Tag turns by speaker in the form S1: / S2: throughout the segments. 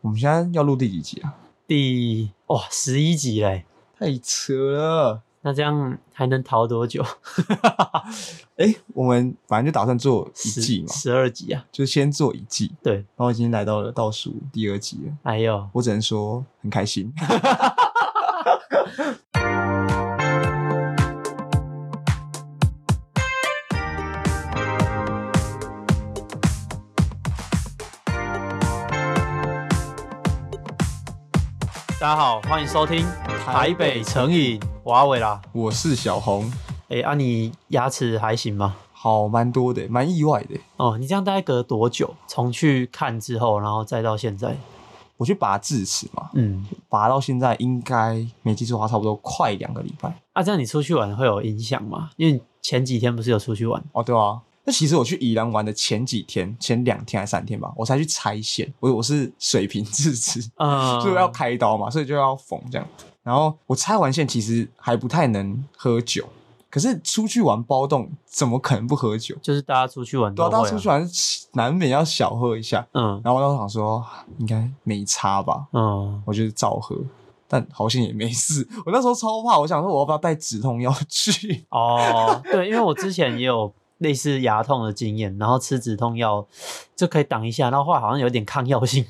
S1: 我们现在要录第几集啊？
S2: 第哇十一集嘞，
S1: 太扯了！
S2: 那这样还能逃多久？
S1: 哎、我们反正就打算做一季嘛，
S2: 十二集啊，
S1: 就先做一季。
S2: 对，
S1: 然后已经来到了倒数第二集了，
S2: 哎呦，
S1: 我只能说很开心。
S2: 大家好，欢迎收听台北成瘾，我阿伟啦。
S1: 我是小红，
S2: 哎、啊你牙齿还行吗？
S1: 好蛮多的，蛮意外的。
S2: 哦，你这样大概隔多久？从去看之后，然后再到现在，
S1: 我去拔智齿嘛，
S2: 嗯，
S1: 拔到现在应该没记错的话，差不多快两个礼拜。
S2: 啊，这样你出去玩会有影响吗？因为你前几天不是有出去玩？
S1: 哦，对啊。那其实我去宜兰玩的前几天，前两天还是三天吧，我才去拆线。我我是水平智齿，
S2: 嗯，
S1: 就要开刀嘛，所以就要缝这样。然后我拆完线，其实还不太能喝酒，可是出去玩包栋怎么可能不喝酒？
S2: 就是大家出去玩都
S1: 对啊，
S2: 会、
S1: 大家出去，玩难免要小喝一下。
S2: 嗯
S1: 然后我当时想说，啊应该没差吧，
S2: 嗯，
S1: 我就是照喝。但好像也没事， 我那时候超怕，我想说我要不要带止痛药去？
S2: 哦，对，因为我之前也有类似牙痛的经验，然后吃止痛药就可以挡一下，然后后来好像有点抗药性。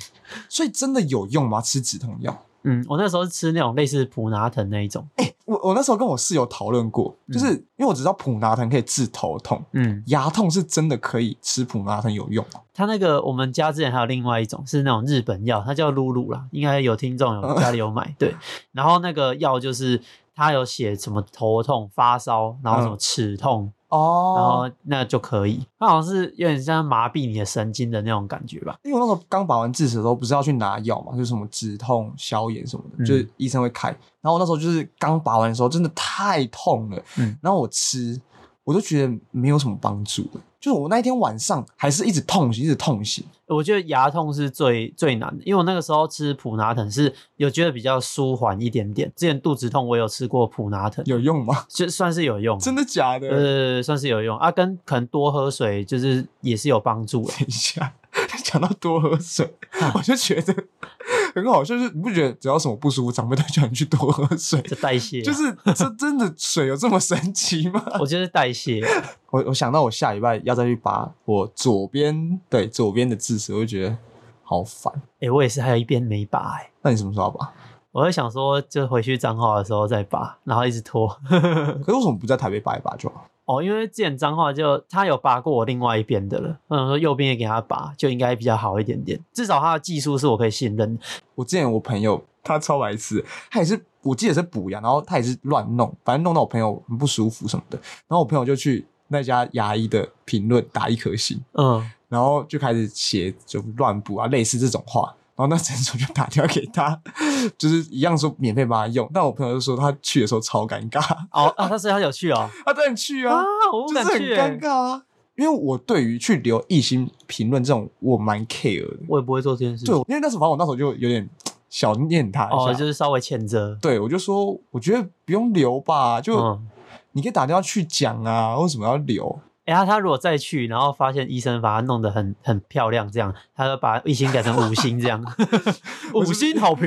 S1: 所以真的有用吗？吃止痛药？
S2: 嗯，我那时候是吃那种类似普拿疼那一种。
S1: 我我那时候跟我室友讨论过，就是因为我只知道普拿疼可以治头痛，
S2: 嗯，
S1: 牙痛是真的可以吃普拿疼有用吗？
S2: 它那个我们家之前还有另外一种是那种日本药，它叫露露啦，应该有听众有家里有买。对， 然后那个药就是它有写什么头痛、发烧，然后什么
S1: 嗯
S2: 齿痛，
S1: 哦
S2: 然后那就可以。它好像是有点像麻痹你的神经的那种感觉吧？
S1: 因为我那时候刚拔完智齿的时候，不是要去拿药嘛，就是什么止痛、消炎什么的，
S2: 嗯
S1: 就是医生会开。然后我那时候就是刚拔完的时候，真的太痛了。
S2: 嗯
S1: 然后我吃，我就觉得没有什么帮助。就是我那一天晚上还是一直痛醒，一直痛醒。
S2: 我觉得牙痛是最最难的，因为我那个时候吃普拿疼是有觉得比较舒缓一点点。之前肚子痛我有吃过普拿疼，
S1: 有用 吗？
S2: 就算是有用，
S1: 真的假的？
S2: 呃算是有用啊，跟可能多喝水就是也是有帮助的。
S1: 等一下， 讲到多喝水，
S2: 啊
S1: 我就觉得很好笑。就是你不觉得只要什么不舒服，长辈都叫你去多喝水？
S2: 这代谢啊、
S1: 就是这真的水有这么神奇吗？
S2: 我觉得是代谢啊，
S1: 我我想到我下礼拜要再去拔我左边对左边的智齿，我就觉得好烦。
S2: 诶，我也是还有一边没拔、诶，
S1: 那你什么时候要拔？
S2: 我会想说就回去彰化的时候再拔，然后一直拖。
S1: 可是为什么不在台北拔一拔就好？
S2: 哦，因为之前彰化就他有拔过我另外一边的了，我想说右边也给他拔，就应该比较好一点点，至少他的技术是我可以信任的。
S1: 我之前我朋友他超白痴，他也是我记得是补牙，然后他也是乱弄，反正弄到我朋友很不舒服什么的。然后我朋友就去那家牙医的评论打一颗星，
S2: 嗯，
S1: 然后就开始写就乱补啊，类似这种话。然后那诊所就打电话给他，就是一样说免费帮他用。但我朋友就说他去的时候超尴尬，
S2: 哦啊，他是他有去 哦，
S1: 他当然去
S2: 啊
S1: 啊，，
S2: 我不
S1: 就是
S2: 敢
S1: 很
S2: 去欸、
S1: 尴尬啊。因为我对于去留一星评论这种，我蛮 care 的。
S2: 我也不会做这件事情。
S1: 对，因为那时候反正我那时候就有点小念他一下，
S2: 哦，就是稍微谴责。
S1: 对我就说，我觉得不用留吧，就、
S2: 嗯，
S1: 你可以打电话去讲啊，为什么要留？
S2: 哎、他他如果再去，然后发现医生把他弄得很很漂亮，这样，他就把一星改成五星， 这样，
S1: 我
S2: 五
S1: 是
S2: 星好 评。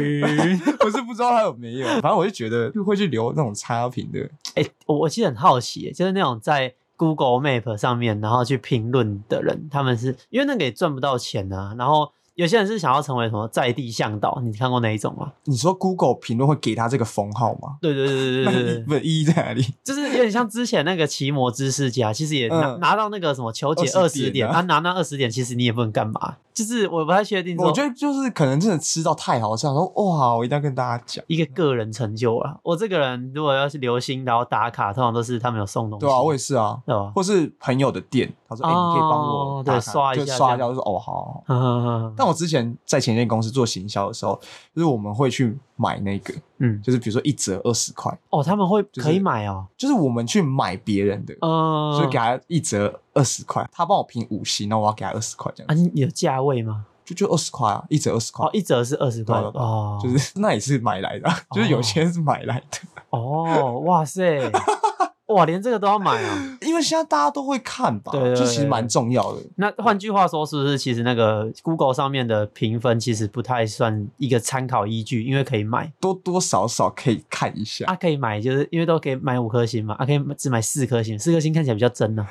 S1: 我是不知道他有没有，反正我就觉得会去留那种差评的，
S2: 哎、我我其实很好奇欸，就是那种在 Google Map 上面然后去评论的人，他们是因为那个也赚不到钱啊，然后。有些人是想要成为什么在地向导，你看过那一种吗？
S1: 你说 Google 评论会给他这个封号吗？
S2: 对对对对
S1: 那
S2: 对
S1: 意
S2: 对，
S1: 不意义在哪里？
S2: 就是有点像之前那个奇摩知识家，其实也拿、
S1: 嗯
S2: 拿到那个什么求解二
S1: 20
S2: 十
S1: 点
S2: 点，
S1: 啊
S2: 他、拿那二十点，其实你也不能干嘛。就是我不太确定说，
S1: 我觉得就是可能真的吃到太好吃，想说哇，我一定要跟大家讲，
S2: 一个个人成就啊，我这个人如果要是流星，然后打卡，通常都是他们有送东西，
S1: 对啊，我也是啊，
S2: 对吧？
S1: 或是朋友的店，他说：“哎、
S2: 哦
S1: 你可以帮我打
S2: 对
S1: 卡
S2: 刷一下
S1: 就刷一下。”
S2: 这样
S1: 我就说：“哦，好好。好
S2: 嗯”
S1: 但我之前在前一间公司做行销的时候，就是我们会去买那个，
S2: 嗯，
S1: 就是比如说一折二十块，
S2: 哦，他们会
S1: 是
S2: 可以买哦，
S1: 就是我们去买别人的，
S2: 嗯，
S1: 所以给他一折二十块，他帮我评五星，那我要给他二十块，这样、
S2: 啊，你有价位吗？
S1: 就就二十块啊，一折二十块
S2: 哦，，一折是二十块
S1: 对啊对啊
S2: 哦，
S1: 就是 那也是买来的啊，就是有些是买来的，
S2: 哦，哇塞，哇，连这个都要买啊！
S1: 因因为现在大家都会看吧，
S2: 对对
S1: 这其实
S2: 对
S1: 蛮重要的。
S2: 那换句话说，是不是其实那个 Google 上面的评分其实不太算一个参考依据，因为可以买
S1: 多多少少可以看一下。
S2: 啊，可以买，就是因为都可以买五颗星嘛，啊，可以只买四颗星，四颗星看起来比较真啊呢、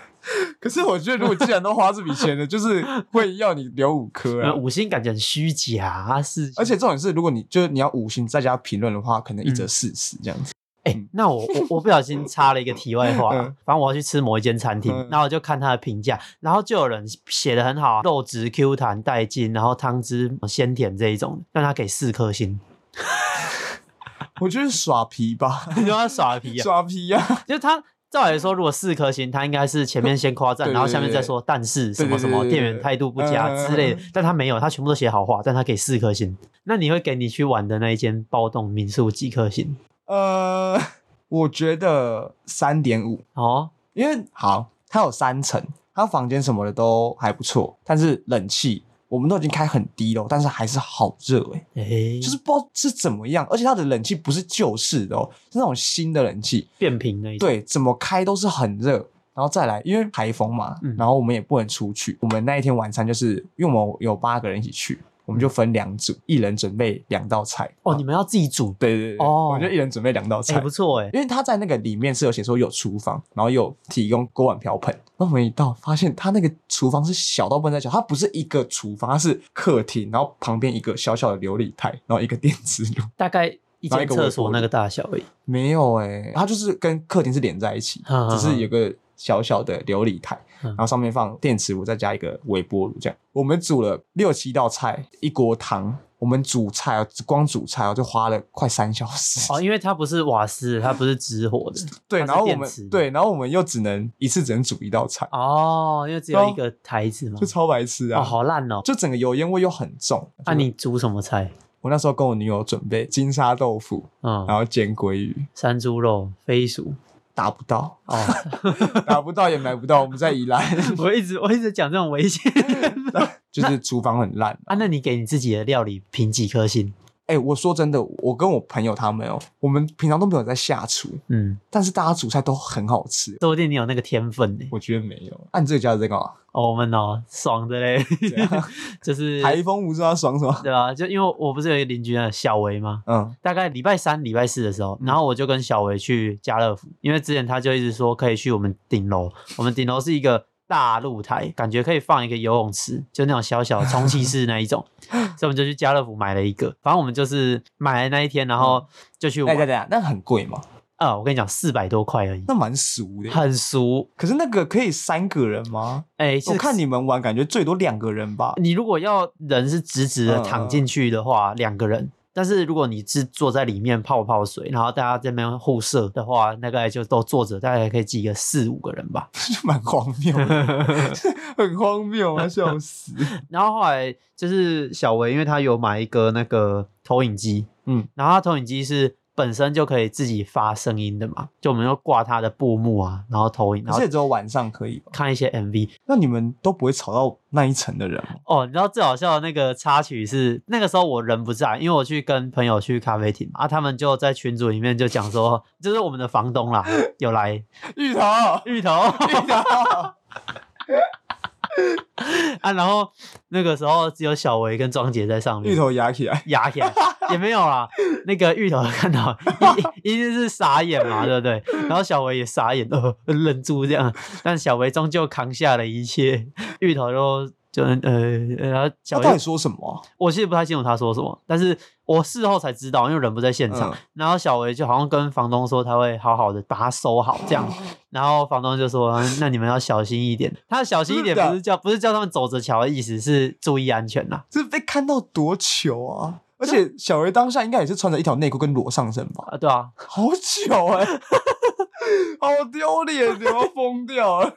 S1: 可是我觉得，如果既然都花这笔钱了，就是会要你留五颗
S2: 啊，
S1: 啊。
S2: 五星感觉很虚假啊，是，
S1: 而且重点是，如果你就是你要五星再加评论的话，可能一折四十这样子。
S2: 哎、那我我我不小心插了一个题外话啊、
S1: 嗯
S2: 反正我要去吃某一间餐厅
S1: 嗯，
S2: 然后我就看它的评价，然后就有人写的很好、啊，肉质 Q 弹带劲，然后汤汁鲜甜这一种，让他给四颗星，
S1: 我觉得耍皮 吧，
S2: 你说他耍皮啊？
S1: 耍皮呀、啊，
S2: 就是他照理说，如果四颗星，他应该是前面先夸赞，
S1: 对对
S2: 然后下面再说但是什么什么
S1: 对对对对
S2: 店员态度不佳
S1: 嗯嗯嗯
S2: 之类的，但他没有，他全部都写好话，但他给四颗星。那你会给你去玩的那一间暴动民宿几颗星？
S1: 呃，我觉得三点五，
S2: 哦，
S1: 因为好，它有三层，它房间什么的都还不错，但是冷气我们都已经开很低了，但是还是好热诶、
S2: 哎、
S1: 就是不知道是怎么样，而且它的冷气不是旧式的哦，是那种新的冷气，
S2: 变频那一种，
S1: 对，怎么开都是很热。然后再来，因为台风嘛
S2: 嗯，
S1: 然后我们也不能出去。我们那一天晚餐就是，因为我们有八个人一起去，我们就分两组，一人准备两道菜。
S2: 哦，你们要自己煮
S1: 对对对对，
S2: 哦
S1: 我们就一人准备两道
S2: 哎、
S1: 菜
S2: 不。错哎、
S1: 因为他在那个里面是有写说有厨房，然后有提供锅碗瓢盆。那我们一到发现他那个厨房是小到不能再小，它不是一个厨房，它是客厅，然后旁边一个小小的琉璃台，然后一个电磁炉。
S2: 大概一
S1: 拿一
S2: 间
S1: 个
S2: 厕
S1: 微
S2: 所
S1: 波炉
S2: 那个大小而已。
S1: 没有哎、它就是跟客厅是连在一起，
S2: 嗯
S1: 只是有个小小的琉璃台，
S2: 嗯
S1: 然后上面放电磁炉，再加一个微波炉这样。我们煮了六七道菜，一锅汤。我们煮菜啊，光煮菜啊，就花了快三小时。
S2: 哦，因为它不是瓦斯，它不是直 火的。
S1: 对，
S2: 它是
S1: 然后我
S2: 电
S1: 们
S2: 磁
S1: 对，然后我们又只能一次只能煮一道菜，
S2: 哦，因为只
S1: 啊
S2: 有一个台子嘛
S1: 就。超白痴啊！
S2: 哦，好烂哦！
S1: 就整个油烟味又很重。
S2: 那、你煮什么菜？
S1: 我那时候跟我女友准备金沙豆腐，
S2: 嗯
S1: 然，后煎鲑鱼，
S2: 山猪肉、飞鼠。
S1: 打不到，
S2: 哦，
S1: 打不到也买不到，我们在宜兰，
S2: 我一直我一直讲这种危险
S1: 就是厨房很烂。
S2: 啊。那你给你自己的料理评几颗星？
S1: 哎、我说真的，我跟我朋友他们哦，我们平常都没有在下厨，
S2: 嗯，
S1: 但是大家煮菜都很好吃。
S2: 说不定你有那个天分呢。
S1: 我觉得没有。啊按、你这个家在干嘛？
S2: 哦，我们哦，爽的嘞
S1: 怎样，
S2: 就是
S1: 台风不知道爽什么？
S2: 对啊吧？就因为我不是有一个邻居啊，小维吗？
S1: 嗯
S2: 大概礼拜三、礼拜四的时候，
S1: 嗯
S2: 然后我就跟小维去家乐福，因为之前他就一直说可以去我们顶楼，我们顶楼是一个大露台，感觉可以放一个游泳池，就那种小小的充气式那 一种，所以我们就去家乐福买了一个。反正我们就是买了那一天，然后就去
S1: 哎、
S2: 玩。
S1: 等一下等一下，那很贵嘛？
S2: 啊，我跟你讲，四百多块而已，
S1: 那蛮俗的。
S2: 很俗。
S1: 可是那个可以三个人吗？
S2: 哎、是
S1: 我看你们玩，感觉最多两个人吧。
S2: 你如果要人是直直的
S1: 嗯
S2: 躺进去的话，两、个人。但是如果你是坐在里面泡泡水，然后大家这边互射的话，大概就都坐着，大概可以挤个四五个人吧。
S1: 就蛮荒谬的， 很荒谬啊，笑死！
S2: 然后后来就是小维，因为他有买一个那个投影机，
S1: 嗯，
S2: 然后他投影机是本身就可以自己发声音的嘛，就我们要挂他的布幕啊，然后投影，
S1: 可
S2: 然后
S1: 是也只有晚上可以吧？
S2: 看一些 MV。
S1: 那你们都不会吵到那一层的人吗？
S2: 哦，你知道最好笑的那个插曲是那个时候我人不在，因为我去跟朋友去咖啡厅啊，他们就在群组里面就讲说，就是我们的房东啦，有来
S1: 芋头，芋
S2: 芋头
S1: 头，
S2: 啊，然后那个时候只有小维跟庄姐在上面，
S1: 芋头压起来，
S2: 压起来也没有啦。那个芋头看到一一 定是傻眼嘛，对不对？然后小维也傻眼，呃，忍住这样，但小维终究扛下了一切。芋头就就呃，然后小
S1: 他
S2: 维
S1: 到
S2: 就
S1: 底说什么啊
S2: 我其实不太清楚他说什么，但是我事后才知道，因为人不在现场。
S1: 嗯
S2: 然后小维就好像跟房东说他会好好的把它收好这样，然后房东就说：“啊那你们要小心一点。”他的小心一点
S1: 真的
S2: 不是叫不是叫他们走着瞧的意思，是注意安全啦。
S1: 这被看到多糗啊！而且小维当下应该也是穿着一条内裤跟裸上身吧，
S2: 啊，对啊，
S1: 好糗 哎、好丢脸，我要疯掉了！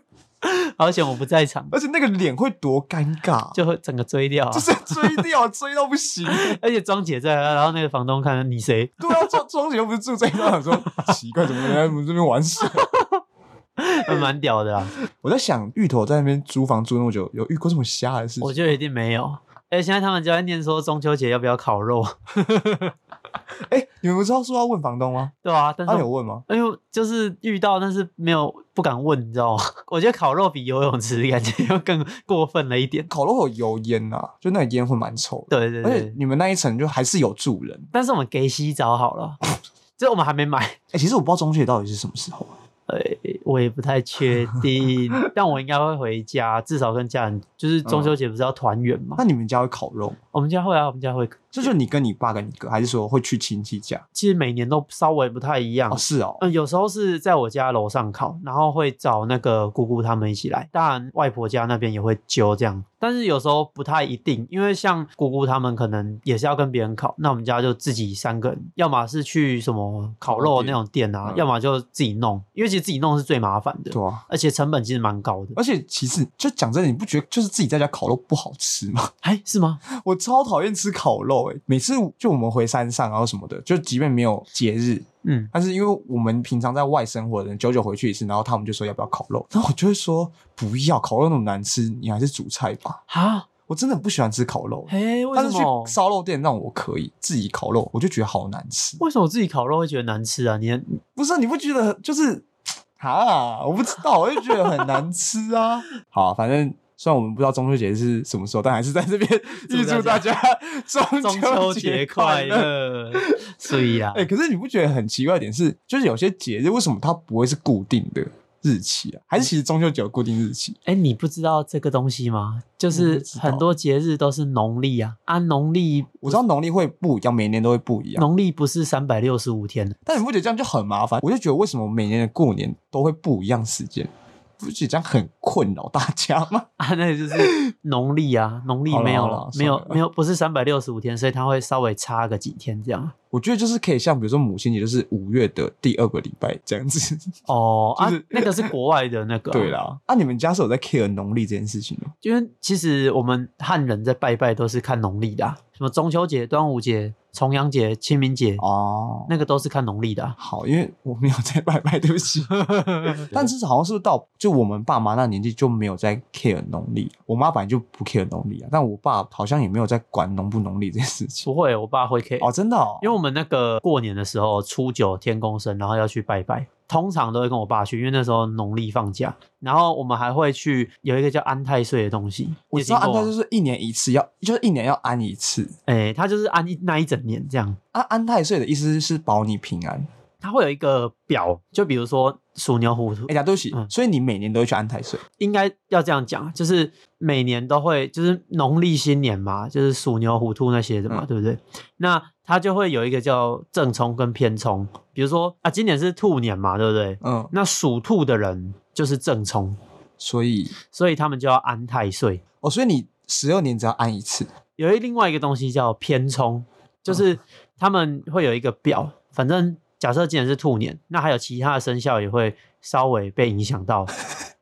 S2: 而且我不在场，
S1: 而且那个脸会多尴尬，
S2: 就会整个追掉啊、
S1: 就是追掉，追到不 行。
S2: 而且庄姐在啊，然后那个房东看你谁，
S1: 对啊，庄庄姐又不是住这一段，我说奇怪，怎么来我们这边玩水？
S2: 还蛮屌 的啊，
S1: 我在想，芋头在那边租房租那么久，有遇过这么瞎的事
S2: 我
S1: 情？
S2: 觉得一定没有。哎，现在他们就在念说中秋节要不要烤肉，
S1: 你们不是要说要问房东吗？
S2: 对啊，但是
S1: 他有
S2: 我
S1: 问吗？
S2: 哎呦，就是遇到，但是没有不敢问，你知道吗？ 我觉得烤肉比游泳池感觉又更过分了一点。
S1: 烤肉有油烟呐、就那个烟会蛮臭的。
S2: 对对
S1: 而且
S2: 对，
S1: 你们那一层就还是有住人。
S2: 但是我们给洗澡好了， 这我们还没买，
S1: 哎、其实我不知道中介到底是什么时候啊、
S2: 呃，我也不太确定， 但我应该会回家，至少跟家人，就是
S1: 嗯
S2: 中秋节不是要团圆嘛？
S1: 那你们家会烤肉吗？
S2: 我们家会啊，我们家会，
S1: 这就你跟你爸跟你哥，还是说会去亲戚家？
S2: 其实每年都稍微不太一样
S1: 哦，。是哦，
S2: 嗯，有时候是在我家楼上烤，然后会找那个姑姑他们一起来，当然外婆家那边也会揪这样，但是有时候不太一定，因为像姑姑他们可能也是要跟别人烤，那我们家就自己三个人，要么是去什么烤肉那种店啊，
S1: 嗯
S2: 要么就自己弄，因为其实自己弄是最麻烦的，
S1: 对呃啊。
S2: 而且成本其实蛮高的。
S1: 而且其实就讲真的，你不觉得就是自己在家烤肉不好吃吗？
S2: 哎，是吗？
S1: 我超讨厌吃烤肉诶、每次就我们回山上然啊后什么的，就即便没有节日，
S2: 嗯，
S1: 但是因为我们平常在外生活的人，久久回去一次，然后他们就说要不要烤肉，然后我就会说不要，烤肉那么难吃，你还是煮菜吧。
S2: 啊，
S1: 我真的不喜欢吃烤肉，
S2: 哎，为
S1: 但
S2: 什
S1: 是去
S2: 么？
S1: 烧肉店让我可以自己烤肉，我就觉得好难吃。
S2: 为什么自己烤肉会觉得难吃啊？你
S1: 不是你不觉得就是啊？我不知道，我就觉得很难吃 啊。好，反正虽然我们不知道中秋节是什么时候，但还是在这边预 祝大家 中
S2: 中秋节
S1: 节
S2: 快
S1: 乐。
S2: 乐， 所以 啊
S1: 哎、，可是你不觉得很奇怪的点是，就是有些节日为什么它不会是固定的日期啊？还是其实中秋节有固定日期？
S2: 哎，你不知道这个东西吗？就
S1: 我
S2: 是
S1: 不知道
S2: 很多节日都是农历啊，啊，农历
S1: 我知道农历会不一样，每年都会不一样。
S2: 农历不是三百六十五天，
S1: 但你不觉得这样就很麻烦？我就觉得为什么每年的过年都会不一样时间？不觉得这样很困扰大家吗？
S2: 啊，那个就是 农历啊，农历
S1: 好啦
S2: 没有
S1: 好啦
S2: 了，
S1: 算
S2: 没有
S1: 了
S2: 没有，不是三百六十五天，所以它会稍微差个几天这样。
S1: 我觉得就是可以像比如说母亲节，就是五月的第二个礼拜这样子。
S2: 哦啊
S1: 就是，
S2: 那个是国外的那 个，
S1: 对，啦，啊，你们家是有在 care 农历这件事情吗？
S2: 因为其实我们汉人在拜拜都是看农历的啊，什么中秋节、端午节、重阳节、清明节，
S1: 哦，
S2: 那个都是看农历的啊。
S1: 好，因为我没有在拜拜，对不起。但至少好像是不是到就我们爸妈那年纪就没有在 care 农历，我妈本来就不 care 农历啊，但我爸好像也没有在管农不农历这件事情。
S2: 不会，我爸会 care
S1: 哦，真的、哦，
S2: 因为我们那个过年的时候，初九天公生，然后要去拜拜，通常都会跟我爸去，因为那时候农历放假，然后我们还会去有一个叫安太岁的东西，
S1: 我
S2: 你有
S1: 知道
S2: 听
S1: 安
S2: 过
S1: 泰
S2: 吗
S1: 就是一年一次要，就是一年要安一次。
S2: 哎，他就是安一那一整年这样，
S1: 安安太岁的意思是保你平安。
S2: 他会有一个表，就比如说鼠牛虎兔
S1: 哎、，呀，对不起，
S2: 嗯
S1: 所以你每年都会去安太岁。
S2: 应该要这样讲，就是每年都会，就是农历新年嘛，就是鼠牛虎兔那些的嘛，
S1: 嗯
S2: 对不对？那它就会有一个叫正冲跟偏冲，比如说啊，今年是兔年嘛，对不对？
S1: 嗯，
S2: 那属兔的人就是正冲。
S1: 所以
S2: 所以他们就要安太岁。
S1: 哦，所以你十二年只要安一次。
S2: 有一另外一个东西叫偏冲，
S1: 嗯
S2: 就是他们会有一个表，反正假设今年是兔年，那还有其他的生肖也会稍微被影响 到。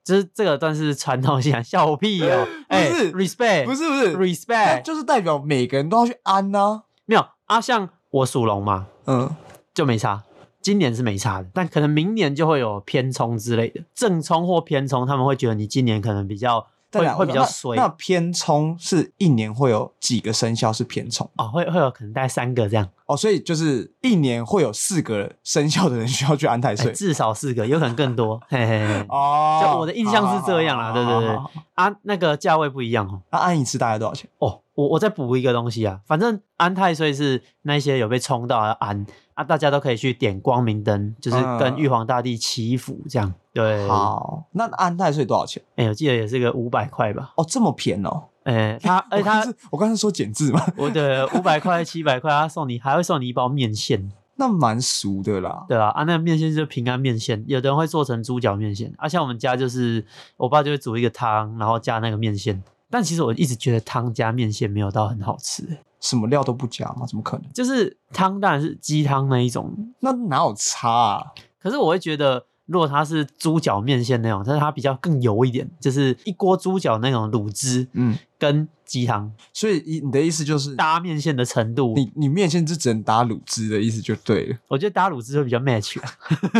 S2: 就是这个算是传统信仰，笑屁哦、哎、
S1: 是
S2: r e s p e c t
S1: 不是不是，那
S2: respect，
S1: 就是代表每个人都要去安呐、
S2: 没有啊，像我属龙嘛，
S1: 嗯，
S2: 就没差。今年是没差的，但可能明年就会有偏冲之类的，正冲或偏冲，他们会觉得你今年可能比较
S1: 对
S2: 会
S1: 啦
S2: 会比较
S1: 那
S2: 衰
S1: 那偏冲是一年会有几个生肖是偏冲
S2: 哦，会会有可能大概三个这样。
S1: 哦，所以就是一年会有四个生肖的人需要去安太
S2: 哎
S1: 岁。
S2: 至少四个，有可能更多。嘿嘿嘿。
S1: 哦，
S2: 就我的印象是这样啦
S1: 好
S2: 对对对。
S1: 好好好好
S2: 啊，那个价位不一样哦。
S1: 那安一次大概多少钱？
S2: 哦，我我再补一个东西啊，反正安太岁是那些有被冲到的安啊，大家都可以去点光明灯，就是跟
S1: 嗯
S2: 玉皇大帝祈福这样。对，
S1: 好，那安太岁多少钱？
S2: 哎、我记得也是个五百块吧。
S1: 哦，这么便宜哦。
S2: 哎、他哎、
S1: 我刚
S2: 他
S1: 是我刚才说减字嘛，
S2: 我的五百块、七百块，他送你还会送你一包面线，
S1: 那蛮俗的啦。
S2: 对啊，啊，那个面线就是平安面线，有的人会做成猪脚面线，啊，像我们家就是我爸就会煮一个汤，然后加那个面线。但其实我一直觉得汤加面线没有到很好吃、欸
S1: 什么料都不加吗？怎么可能？
S2: 就是汤当然是鸡汤那一种，
S1: 那哪有差啊？
S2: 可是我会觉得，如果它是猪脚面线那种，但是它比较更油一点，就是一锅猪脚那种卤汁
S1: 嗯，
S2: 跟鸡汤
S1: 所以你你的意思就是，
S2: 搭面线的程度，
S1: 你你面线是只能打卤汁的意思就对了。
S2: 我觉得搭卤汁会比较 match 啊。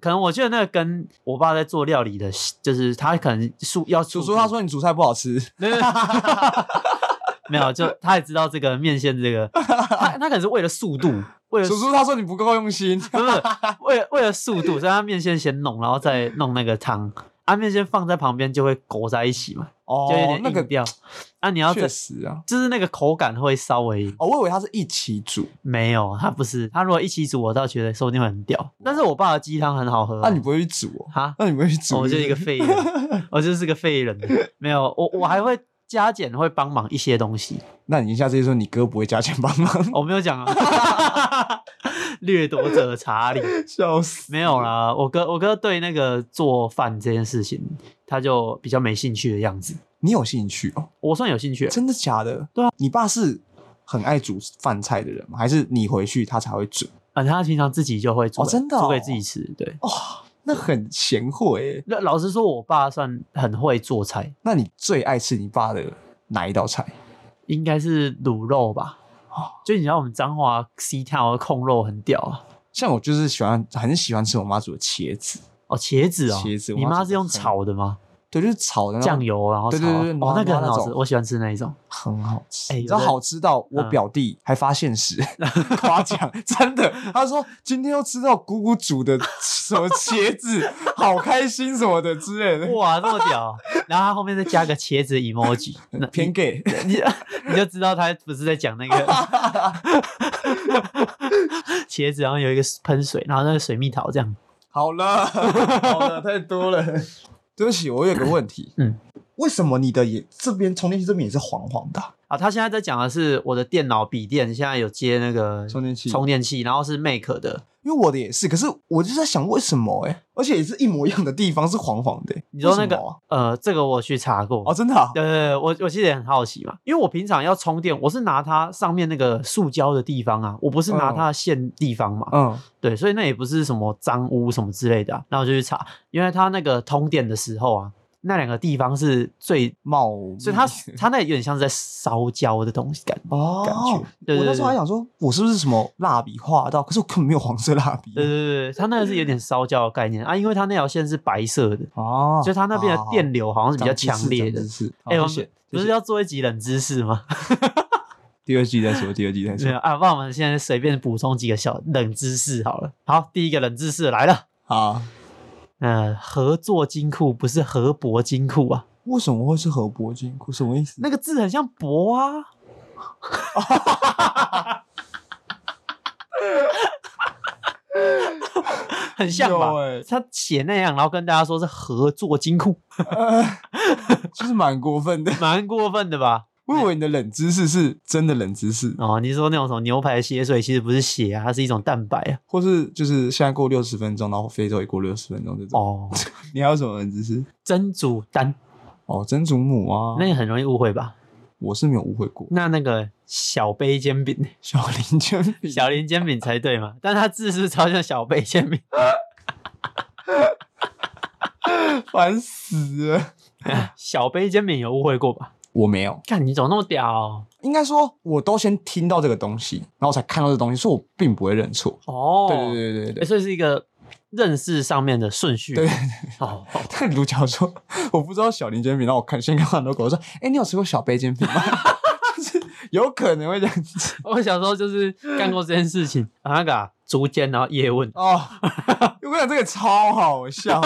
S2: 可能我觉得那个跟我爸在做料理的，就是他可能素要
S1: 叔
S2: 叔
S1: 叔他，说你煮菜不好吃，
S2: 对对对 没有，就他也知道这个面线这个，他他可能是为了速度，为了
S1: 叔叔他说你不够用心，
S2: 不是为了为了速度，所以他面线先弄，然后再弄那个汤。啊，面线放在旁边就会裹在一起嘛，
S1: 哦
S2: 就有点
S1: 那个
S2: 硬掉。啊，你要
S1: 确
S2: 这
S1: 实啊，
S2: 就是那个口感会稍微
S1: 哦，我以为他是一起煮，
S2: 没有，它不是。它如果一起煮，我倒觉得说不定会很屌。但是我爸的鸡汤很好喝、啊
S1: 那、你不会去煮哦？
S2: 哈？
S1: 那你不会去煮？
S2: 我就是一个废 人，我就是个废人。没有，我我还会加减会帮忙一些东西，
S1: 那你下次就说你哥不会加钱帮 忙，
S2: 哦我没有讲啊。 掠夺 者查理
S1: 笑死！
S2: 没有啦，我哥我哥对那个做饭这件事情，他就比较没兴趣的样子。
S1: 你有兴趣哦？
S2: 我算有兴趣，
S1: 真的假的？
S2: 对啊，
S1: 你爸是很爱煮饭菜的人吗？还是你回去他才会煮？
S2: 反正他平常自己就会煮，
S1: 哦真的哦
S2: 煮给自己吃。对，
S1: 哇、那很贤惠耶。
S2: 那老实说，我爸算很会做菜，
S1: 那你最爱吃你爸的哪一道菜？
S2: 应该是卤肉吧
S1: 哦。
S2: 就你知道我们彰化西跳的控肉很屌啊，
S1: 像我就是喜欢，很喜欢吃我妈煮的茄子，
S2: 哦茄子哦，
S1: 茄子我
S2: 你
S1: 妈
S2: 妈
S1: 煮
S2: 是
S1: 得
S2: 用
S1: 很
S2: 炒的吗？
S1: 对，就是炒的那种
S2: 酱油然后
S1: 对
S2: 炒
S1: 对
S2: 啊，
S1: 对对
S2: 哦那个
S1: 麻
S2: 很
S1: 那
S2: 好吃，
S1: 种
S2: 我喜欢吃那一种。
S1: 很好吃，
S2: 哎
S1: 你
S2: 有
S1: 知道
S2: 的
S1: 好吃到我
S2: 嗯
S1: 表弟还发现时 夸奖，真的，他说今天又吃到姑姑煮的什么茄子，好开心什么的之类的，
S2: 哇，这么屌！然后他后面再加个茄子 emoji，那
S1: 偏 gay，
S2: 你你就知道他不是在讲 那个茄子，然后有一个喷水，然后那个水蜜桃这样。
S1: 好 了，好了， 太多了。对不起，我有个问题，
S2: 嗯，
S1: 为什么你的也这边充电器这边也是黄黄的啊、
S2: 啊，他现在在讲的是我的电脑笔电现在有接那个
S1: 充电器
S2: 充电器，然后是 Make 的。
S1: 因为我的也是，可是我就在想为什么哎、而且也是一模一样的地方是黄黄的欸、
S2: 你说那
S1: 为
S2: 个
S1: 什么啊
S2: 呃，这个我去查过。
S1: 哦，真的、啊，
S2: 对对对，我我其实也很好奇嘛，因为我平常要充电，我是拿它上面那个塑胶的地方啊，我不是拿它的线地方嘛，
S1: 嗯，
S2: 对，所以那也不是什么脏污什么之类的、啊。然后我就去查，因为它那个通电的时候啊，那两个地方是最，
S1: 茂密，
S2: 所 以它它那有点像是在烧焦的东西感觉。
S1: 哦，
S2: 感觉对
S1: 我
S2: 对
S1: 那时候还
S2: 对
S1: 想说，我是不是什么蜡笔画到？可是我根本没有黄色蜡笔啊
S2: 对对对，对它那个是有点烧焦的概念啊，因为它那条线是白色的，
S1: 哦，
S2: 所以它那边的电流好像是比较强烈的。
S1: 是，
S2: 哎、我
S1: 好
S2: 们
S1: 谢谢
S2: 不
S1: 谢
S2: 是
S1: 谢
S2: 要做一集冷知识吗？
S1: 第二季再说，第二季再
S2: 没有
S1: 说。
S2: 啊，不然我们现在随便补充几个小冷知识好了。好，第一个冷知识来了，
S1: 好，
S2: 呃，合作金库不是合博金库啊，
S1: 为什么会是合铂金库？什么意思？
S2: 那个字很像博啊。 很像吧
S1: 有？欸
S2: 他写那样，然后跟大家说是合作金库，
S1: 呃就是蛮过分 的。
S2: 蛮过分的吧？
S1: 我以为你的冷知识是真的冷知识，
S2: 哦，你说那种什么牛排血水，其实不是血啊，它是一种蛋白啊。
S1: 或是就是现在过六十分钟，然后非洲也过六十分钟这种。
S2: 哦，
S1: 你还有什么冷知识？
S2: 真煮蛋，
S1: 哦，曾祖母啊，
S2: 那也很容易误会吧？
S1: 我是没有误会过。
S2: 那那个小杯煎 饼，
S1: 小林煎饼，
S2: 小林煎饼才对嘛？但它字是不是超像小杯煎饼，
S1: 烦死了。
S2: 小杯煎饼有误会过吧？
S1: 我没有，
S2: 看你怎么那么屌、
S1: 应该说，我都先听到这个东西，然后我才看到这个东西，所以我并不会认错。
S2: 哦，
S1: 对对对对对
S2: 欸所以是一个认识上面的顺序。
S1: 对对
S2: 哦，
S1: 但如假如说我不知道小林煎饼，然后我看先看很多狗说，哎、你有吃过小杯煎饼吗？ 就是有可能会这样子
S2: 我小时候就是干过这件事情，啊那个啊竹签，然后叶问，
S1: 哦。 我跟你讲这个超好笑，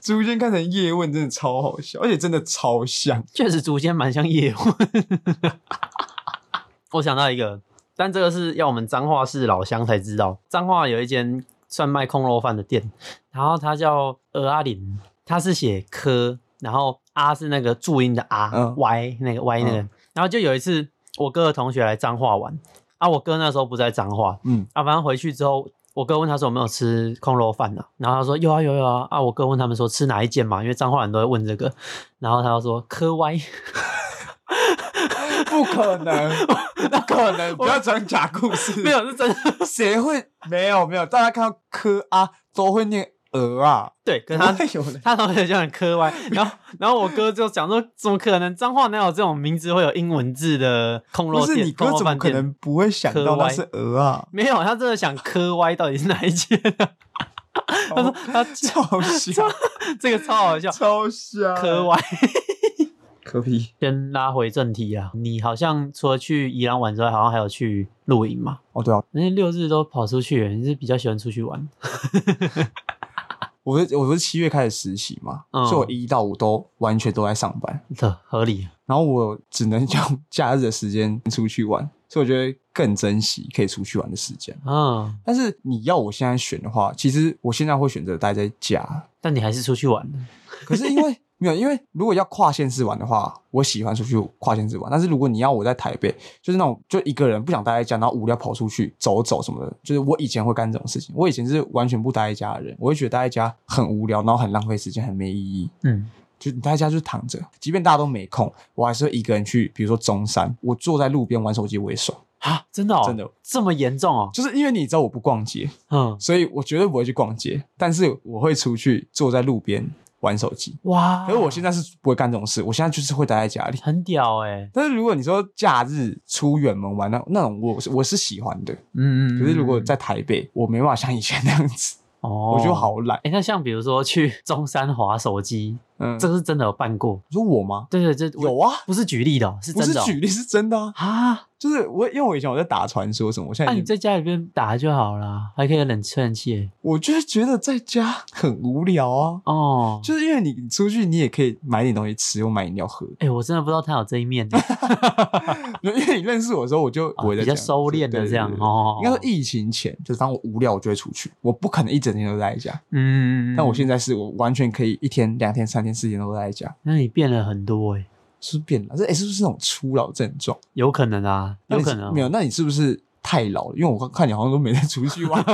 S1: 逐渐看成叶问真的超好笑，而且真的超像。
S2: 确实竹签蛮像叶问。 我想到一个，但这个是要我们彰化市老乡才知道，彰化有一间算卖空肉饭的店，然后它叫鹅阿林，它是写科，然后阿是那个注音的阿、
S1: 嗯
S2: y 那个 y 那个，然后就有一次我哥的同学来彰化玩，啊，我哥那时候不在彰化，
S1: 嗯，
S2: 啊，反正回去之后，我哥问他说有没有吃空肉饭呢、然后他说有啊有啊有啊。啊，我哥问他们说吃哪一间嘛，因为彰化人都会问这个。 然后他就说科歪，
S1: 不可能，不可能，不要讲假故事。
S2: 没，有是真的。
S1: 谁会没有没有？大家看到科啊都会念鹅啊，
S2: 对，跟
S1: 哪
S2: 他
S1: 会有人
S2: 他同学就很科歪，然后然后我哥就讲说怎么可能彰化哪有这种名字会有英文字的空肉
S1: 不
S2: 店？
S1: 是你
S2: 空
S1: 哥
S2: 肉
S1: 怎么
S2: 饭
S1: 可
S2: 店
S1: 能不会想到那是鹅啊？
S2: 没有，他真的想科歪到底是哪一间、啊？
S1: 他 说他超像，
S2: 这个超好笑，
S1: 超像
S2: 科歪。
S1: 可比
S2: 先拉回正题啊，你好像除了去宜兰玩之外，好像还有去露营嘛？
S1: 哦，对啊，
S2: 那些六日都跑出去，你是比较喜欢出去玩？
S1: 我是我是七月开始实习嘛，
S2: 嗯
S1: 所以我一到五都完全都在上班，
S2: 这合理啊。
S1: 然后我只能 用假日的时间出去玩，所以我觉得更珍惜可以出去玩的时间。
S2: 嗯，
S1: 但是你要我现在选的话，其实我现在会选择待在家，
S2: 但你还是出去玩了。
S1: 可是因为没有，因为如果要跨县市玩的话，我喜欢出去跨县市玩。但是如果你要我在台北，就是那种就一个人不想待在家，然后无聊跑出去走走什么的，就是我以前会干这种事情。我以前是完全不待在家的人，我会觉得待在家很无聊，然后很浪费时间，很没意义。
S2: 嗯，
S1: 就你待在家就躺着，即便大家都没空，我还是会一个人去，比如说中山，我坐在路边玩手机我也爽，
S2: 啊，真的哦，
S1: 真的
S2: 这么严重哦？
S1: 就是因为你知道我不逛街，
S2: 嗯，
S1: 所以我绝对不会去逛街，但是我会出去坐在路边玩手机。
S2: 哇，
S1: 可是我现在是不会干这种事，我现在就是会待在家里。
S2: 很屌哎、
S1: 但是如果你说假日出远门玩那那种，我是我是喜欢的。
S2: 嗯嗯，
S1: 可是如果
S2: 嗯
S1: 在台北，我没办法像以前那样子，
S2: 哦，
S1: 我就。好懒。
S2: 哎、那像比如说去中山滑手机，
S1: 嗯，
S2: 这个是真的有办过。
S1: 你说我吗？
S2: 对对，这我
S1: 有啊，
S2: 不是举例的、哦，是
S1: 不
S2: 真
S1: 是
S2: 的哦、
S1: 举例，是真的啊。
S2: 啊。
S1: 就是我，因为我以前我在打传说什么，我现
S2: 那、
S1: 在已
S2: 啊你
S1: 经
S2: 在家里边打就好啦，还可以冷却冷气耶
S1: 我就是觉得在家很无聊啊，
S2: 哦。
S1: 就是因为你你出去，你也可以买点东西吃，我买饮料喝。
S2: 哎、我真的不知道他有这一面呢
S1: 因为你认识我的时候，我就
S2: 啊
S1: 我也在
S2: 比较
S1: 这样
S2: 收敛
S1: 对
S2: 的
S1: 对
S2: 这样
S1: 对对
S2: 哦。
S1: 应该说疫情前，就是当我无聊，我就会出去，我不可能一整天都待在家。
S2: 嗯，嗯嗯嗯
S1: 但我现在是我完全可以一天、两天、三天、四天都待在家，
S2: 那你变了很多哎、
S1: 是不是变老？这、欸、是不是那种初老症状？
S2: 有可能啊，
S1: 那
S2: 有
S1: 你
S2: 可能
S1: 没有？那你是不是太老了？因为我看你好像都没在出去玩，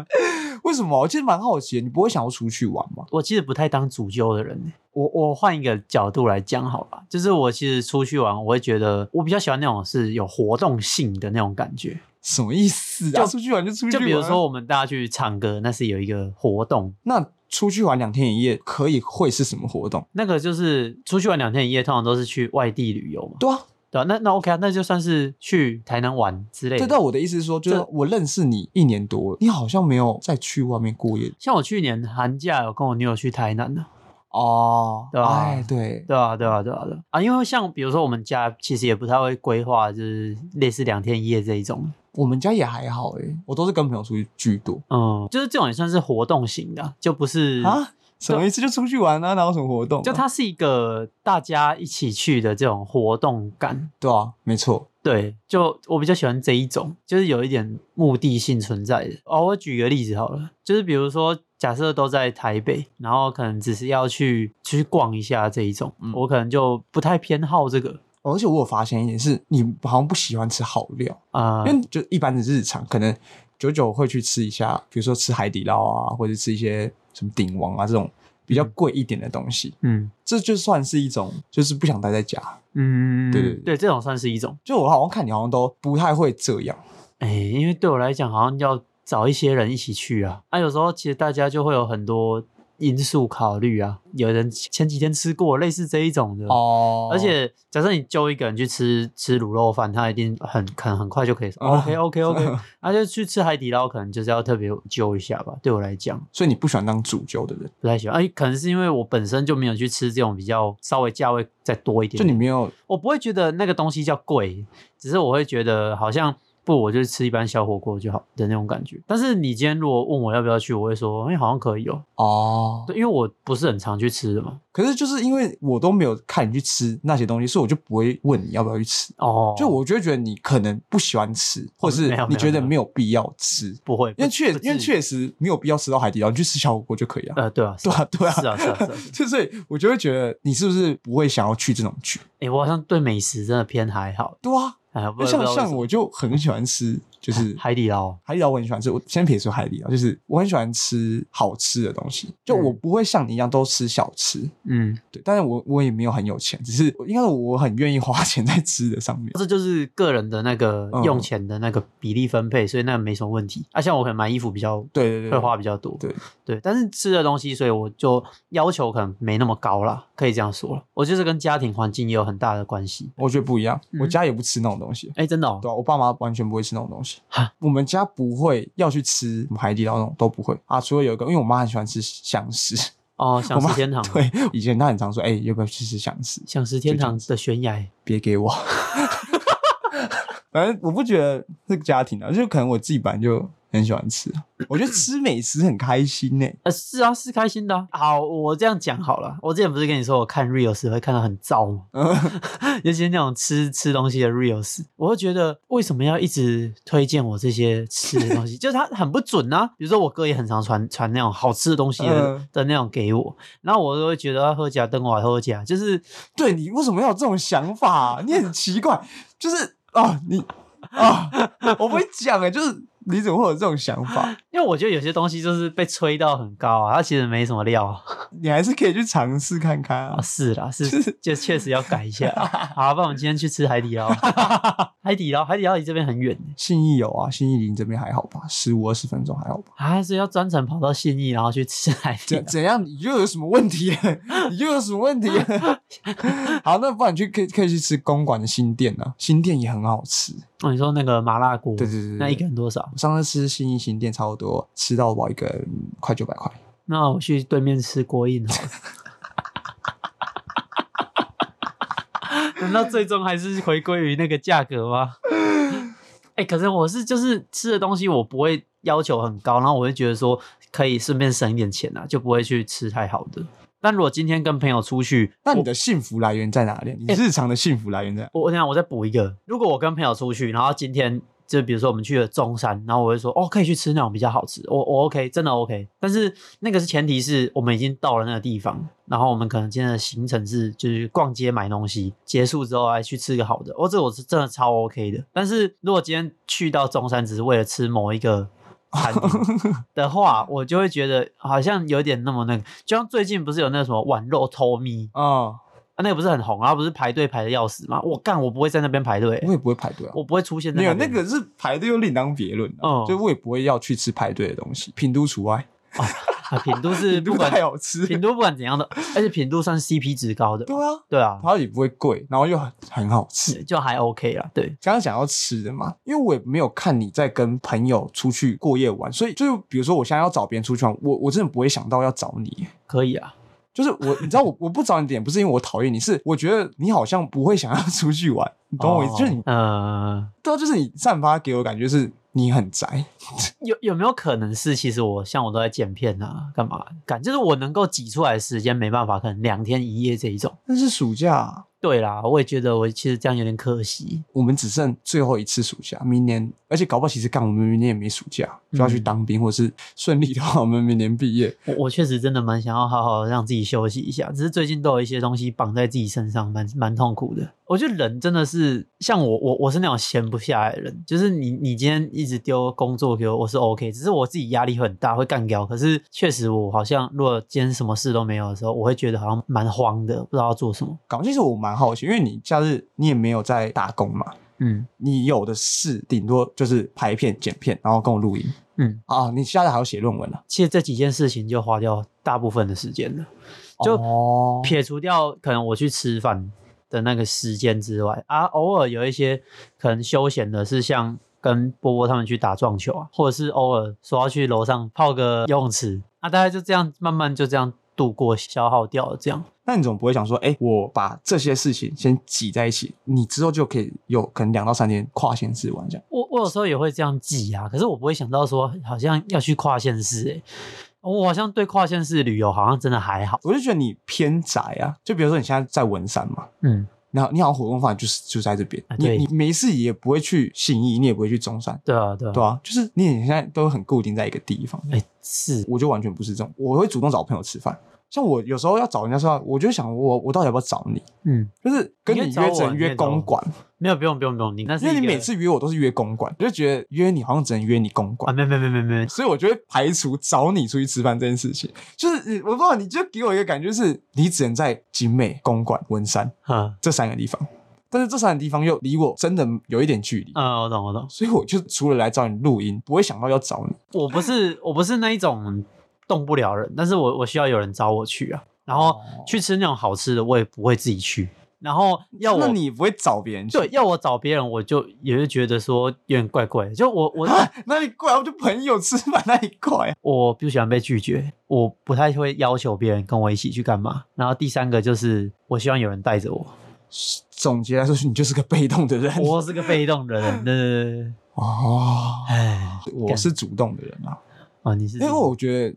S1: 为什么？我其实蛮好奇的，你不会想要出去玩吗？
S2: 我其实不太当主揪的人呢。欸我我换一个角度来讲好了，就是我其实出去玩，我会觉得我比较喜欢那种是有活动性的那种感觉。
S1: 什么意思啊？
S2: 就
S1: 出去玩就出去玩，
S2: 就比如说我们大家去唱歌，那是有一个活动，
S1: 那出去玩两天一夜可以会是什么活动？
S2: 那个就是出去玩两天一夜，通常都是去外地旅游嘛，
S1: 对啊，
S2: 对吧、那那 OK 啊，那就算是去台南玩之类
S1: 这
S2: 的
S1: 到。我的意思是说，就是
S2: 这
S1: 我认识你一年多了，你好像没有再去外面过夜
S2: 像我去年寒假有跟我女友去台南的，
S1: 哦。
S2: 对啊
S1: 哎，对，
S2: 对啊，对啊，对啊，对啊啊，因为像比如说我们家其实也不太会规划，就是类似两天一夜这一种，
S1: 我们家也还好诶、我都是跟朋友出去居多。
S2: 嗯，就是这种也算是活动型的啊，就不是，
S1: 哦啊，什么意思？就出去玩啊，哪有什么活动啊、
S2: 就它是一个大家一起去的这种活动感，
S1: 对啊，没错，
S2: 对，就我比较喜欢这一种，就是有一点目的性存在的。哦，我举个例子好了，就是比如说，假设都在台北，然后可能只是要去出去逛一下这一种，
S1: 嗯
S2: 我可能就不太偏好这个。
S1: 哦而且我有发现一点是，你好像不喜欢吃好料，
S2: 啊、
S1: 因为就一般的日常，可能久久会去吃一下，比如说吃海底捞啊，或者吃一些什么鼎王啊这种比较贵一点的东西，
S2: 嗯
S1: 这就算是一种就是不想待在家。
S2: 嗯，
S1: 对对对
S2: 对，这种算是一种。
S1: 就我好像看你好像都不太会这样，
S2: 哎，因为对我来讲，好像要找一些人一起去啊。啊，有时候其实大家就会有很多因素考虑啊。有人前几天吃过类似这一种的
S1: 哦，
S2: 嗯而且假设你揪一个人去吃吃卤肉饭，他一定很可能很快就可以说、
S1: 啊
S2: OK OK OK，他就去吃海底捞，可能就是要特别揪一下吧。对我来讲
S1: 所以你不喜欢当主揪的人，
S2: 不太喜欢，哎、可能是因为我本身就没有去吃这种比较稍微价位再多一点
S1: 就
S2: 点，
S1: 你没有
S2: 我不会觉得那个东西叫贵，只是我会觉得好像不，我就吃一般小火锅就好的那种感觉。但是你今天如果问我要不要去，我会说哎、好像可以哦、
S1: 哦，
S2: 对，因为我不是很常去吃的嘛。
S1: 可是就是因为我都没有看你去吃那些东西，所以我就不会问你要不要去吃。
S2: 哦，
S1: 就我就会觉得你可能不喜欢吃，或者
S2: 没
S1: 是
S2: 有
S1: 你
S2: 没有
S1: 觉得
S2: 没有
S1: 没有必要吃，
S2: 不会，
S1: 因为
S2: 不
S1: 确
S2: 不至
S1: 因为
S2: 于
S1: 确实没有必要吃到海底捞，你去吃小火锅就可以了。
S2: 呃对啊是
S1: 对啊，对啊，
S2: 是啊是啊 是啊。是啊
S1: 就所以我就会觉得你是不是不会想要去这种局？
S2: 哎、我好像对美食真的偏还好。
S1: 对啊，
S2: 哎，不知道
S1: 像
S2: 不知道为
S1: 像
S2: 什么
S1: 我就很喜欢吃， 就是
S2: 海底捞，哦
S1: 海底捞我很喜欢吃。我先撇除海底捞，就是我很喜欢吃好吃的东西，就我
S2: 嗯
S1: 不会像你一样都吃小吃。
S2: 嗯，
S1: 对，但是我我也没有很有钱，只是应该我很愿意花钱在吃的上面。
S2: 这就是个人的那个
S1: 嗯
S2: 用钱的那个比例分配，所以那没什么问题。啊，像我可能买衣服比较
S1: 对对对
S2: 会
S1: 对，
S2: 花比较多，
S1: 对
S2: 对，但是吃的东西，所以我就要求可能没那么高啦，可以这样说了。我就是跟家庭环境也有很大的关系。
S1: 我觉得不一样，我
S2: 嗯
S1: 家也不吃那种东西。
S2: 哎，真的哦，
S1: 对啊，我爸妈完全不会吃那种东西
S2: 哈。
S1: 我们家不会要去吃什么海底捞那种，都不会啊。除了有一个，因为我妈很喜欢吃香食，
S2: 哦，
S1: 我
S2: 享
S1: 妈
S2: 食天堂，
S1: 对，以前她很常说，哎、要不要去吃享食？
S2: 享食天堂的悬崖，
S1: 别给我。 反正我不觉得是家庭啊，就可能我自己本来就很喜欢吃，我觉得吃美食很开心呢、
S2: 呃，是啊，是开心的啊、好，我这样讲好了，我之前不是跟你说，我看 reels 会看到很燥吗？ 尤其是那种吃吃东西的 reels，我会觉得为什么要一直推荐我这些吃的东西？ 就是它很不准啊。比如说我哥也很常传传那种好吃的东西的、
S1: 嗯
S2: 的那种给我，然后我都会觉得喝假灯瓦喝假，就是
S1: 对你为什么要有这种想法啊、你很奇怪，就是啊，你啊，我不会讲哎、就是你怎么会有这种想法？
S2: 因为我觉得有些东西就是被吹到很高啊，它其实没什么料啊。
S1: 你还是可以去尝试看看啊
S2: 啊，。是啦，是就确实要改一下啊。好，不然我们今天去吃海底捞。 海底捞，海底捞离这边很远呢
S1: 信义有啊，信义离你这边还好吧，十五二十分钟还好吧？
S2: 啊，所以要专程跑到信义，然后去 吃海底
S1: 怎
S2: 捞。
S1: 怎样？你又有什么问题？ 你又有什么问题？ 好，那不然你去可以可以去吃公馆的新店啊，新店也很好吃。
S2: 哦，你说那个麻辣锅，
S1: 对对对对
S2: 那一个人多少？
S1: 我上次吃新义新店，差不多吃到饱一个人快九百块。
S2: 那我去对面吃锅印好了。 难道最终还是回归于那个价格吗？哎、可是我是就是吃的东西，我不会要求很高，然后我会觉得说可以顺便省一点钱啊，就不会去吃太好的。但如果今天跟朋友出去，
S1: 那你的幸福来源在哪里？你日常的幸福来源在哪？
S2: 我我想我再补一个，如果我跟朋友出去，然后今天就比如说我们去了中山，然后我会说哦可以去吃那种比较好吃，我我 OK 真的 OK，但是那个是前提是我们已经到了那个地方，然后我们可能今天的行程是就是逛街买东西，结束之后来去吃个好的，哦这我是真的超 OK 的，但是如果今天去到中山只是为了吃某一个。餐厅的话，我就会觉得好像有点那么那个，就像最近不是有那个什么碗肉偷咪，
S1: 哦，
S2: 啊，那个不是很红，然后不是排队排的要死吗？我干，我不会在那边排队、
S1: 我也不会排队啊。
S2: 我不会出现在
S1: 没有，那个
S2: 边
S1: 是排队又另当别论啊
S2: 哦
S1: 就我也不会要去吃排队的东西，品都除外。
S2: 啊品都是
S1: 品
S2: 不
S1: 都
S2: 管
S1: 太好吃，
S2: 品都不管怎样的，而且品都算是 CP 值高的，
S1: 对啊，
S2: 对啊，
S1: 它也不会贵，然后又很很好吃。
S2: 就还 OK 啦，对，
S1: 刚刚讲到吃的嘛，因为我也没有看你在跟朋友出去过夜玩，所以就比如说我现在要找别人出去玩，我我真的不会想到要找你。
S2: 可以啊，
S1: 就是我，你知道我我不找你的点不是因为我讨厌你，是我觉得你好像不会想要出去玩，你懂我意思？
S2: 哦
S1: 就是你，
S2: 呃，
S1: 对啊，就是你散发给我的感觉是你很宅，
S2: 有有没有可能是其实我像我都在剪片啊，干嘛干，就是我能够挤出来的时间没办法，可能两天一夜这一种，
S1: 但是暑假
S2: 对啦，我也觉得我其实这样有点可惜，
S1: 我们只剩最后一次暑假，明年，而且搞不好其实干我们明年也没暑假，就要去
S2: 嗯
S1: 当兵，或者是顺利的话，我们明年毕业。
S2: 我我确实真的蛮想要好好让自己休息一下，只是最近都有一些东西绑在自己身上，蛮蛮痛苦的。我觉得人真的是像我，我我是那种闲不下来的人，就是你你今天一直丢工作给我，我是 OK，只是我自己压力会很大，会干掉。可是确实我好像如果今天什么事都没有的时候，我会觉得好像蛮慌的，不知道要做什么。
S1: 搞，其实我蛮好奇，因为你假日你也没有在打工嘛，
S2: 嗯
S1: 你有的是顶多就是拍片、剪片，然后跟我录音
S2: 嗯，
S1: 啊。你假日还要写论文了、
S2: 其实这几件事情就花掉大部分的时间了。就
S1: 哦
S2: 撇除掉可能我去吃饭的那个时间之外啊，偶尔有一些可能休闲的是像跟波波他们去打撞球啊，或者是偶尔说要去楼上泡个游泳池啊，大概就这样慢慢就这样度过消耗掉了这样。
S1: 那你总不会想说，哎、我把这些事情先挤在一起，你之后就可以有可能两到三天跨县市玩这样。
S2: 我我有时候也会这样记啊，可是我不会想到说好像要去跨县市诶、我好像对跨县市旅游好像真的还好，
S1: 我就觉得你偏宅啊，就比如说你现在在文山嘛，
S2: 嗯，
S1: 然后你好像活动范围就是就在这边，
S2: 啊
S1: 你
S2: 对
S1: 你没事也不会去信义，你也不会去中山，
S2: 对啊对啊，
S1: 对啊，就是你现在都很固定在一个地方。
S2: 哎、是
S1: 我就完全不是这种，我会主动找朋友吃饭。像我有时候要找人家吃饭，我就想我我到底要不要找你？
S2: 嗯，
S1: 就是跟
S2: 你
S1: 你
S2: 可
S1: 约
S2: 以找我
S1: 只能
S2: 你
S1: 约
S2: 可以找我
S1: 公馆，
S2: 没有不用不用不用，你那是
S1: 因为
S2: 一
S1: 你
S2: 个
S1: 每次约我都是约公馆，我就觉得约你好像只能约你公
S2: 啊
S1: 馆，
S2: 没有没有没有没有没 有，
S1: 所以我就会排除找你出去吃饭这件事情。就是呃我不知道，你就给我一个感觉是，你只能在景美、公馆、文山
S2: 哈，
S1: 这三个地方，但是这三个地方又离我真的有一点距离，
S2: 嗯、我懂我懂。
S1: 所以我就除了来找你录音，不会想到要找你。
S2: 我 不是我不是那一种动不了人，但是我我需要有人找我去啊。然后
S1: 哦
S2: 去吃那种好吃的，我也不会自己去。然后要我
S1: 那你不会找别人去？
S2: 对要我找别人，我就也是觉得说有点怪怪的。就我我
S1: 啊，那你过来我就朋友吃饭那一块、啊，
S2: 我不喜欢被拒绝，我不太会要求别人跟我一起去干嘛。然后第三个就是我希望有人带着 我，
S1: 总结来说，你就是个被动的人。
S2: 我是个被动的人。对对对对，
S1: 哦，
S2: 哎，
S1: 我是主动的人啊，
S2: 啊你是
S1: 因为我觉得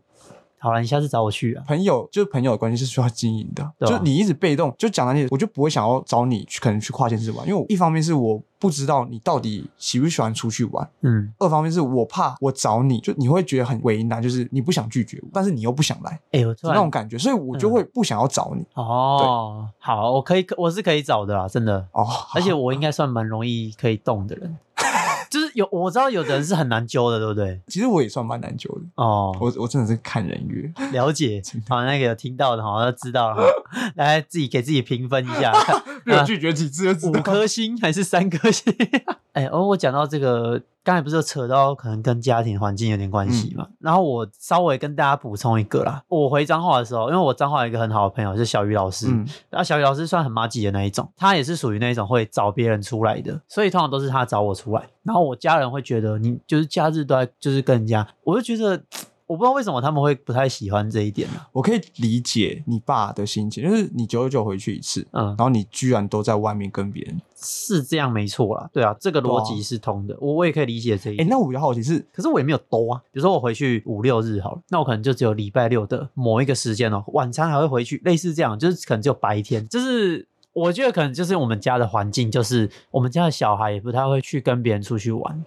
S2: 好了，你下次找我去啊。
S1: 朋友就是朋友的关系是需要经营的，
S2: 对啊
S1: 就你一直被动，就讲那些，我就不会想要找你去，可能去跨县市玩，因为我一方面是我不知道你到底喜不喜欢出去玩，
S2: 嗯，
S1: 二方面是我怕我找你，就你会觉得很为难，就是你不想拒绝我，但是你又不想来
S2: 哎、我突
S1: 那
S2: 然嗯
S1: 种感觉，所以我就会不想要找你。
S2: 哦，好，我可以，我是可以找的啦，真的。
S1: 哦，
S2: 而且我应该算蛮容易可以动的 人，就是有我知道有的人是很难揪的，对不对？
S1: 其实我也算蛮难揪的，
S2: 哦，
S1: 我我真的是看人约。
S2: 了解，好，那个有听到的，好，要知 道了，好来自己给自己评分一 下，啊
S1: 有拒绝几次就知
S2: 五
S1: 道。
S2: 颗星还是三颗星？ 哎，哦，我讲到这个，刚才不是有扯到可能跟家庭环境有点关系嘛？然后我稍微跟大家补充一个啦，我回彰化的时候，因为我彰化有一个很好的朋友是小鱼老师，
S1: 嗯，
S2: 然后小雨老师算很麻吉的那一种，他也是属于那一种会找别人出来的，所以通常都是他找我出来。然后我家人会觉得你就是假日都在就是跟人家，我就觉得我不知道为什么他们会不太喜欢这一点啊。
S1: 我可以理解你爸的心情，就是你久久回去一次，
S2: 嗯
S1: 然，后你居然都在外面跟别人。
S2: 是这样没错啦，对啊，这个逻辑是通的，我我也可以理解这一
S1: 哎、
S2: 点。
S1: 那我比较好奇是，
S2: 可是我也没有兜啊，比如说我回去五六日好了，那我可能就只有礼拜六的某一个时间哦，晚餐还会回去，类似这样，就是可能只有白天，就是我觉得可能就是我们家的环境，就是我们家的小孩也不太会去跟别人出去玩，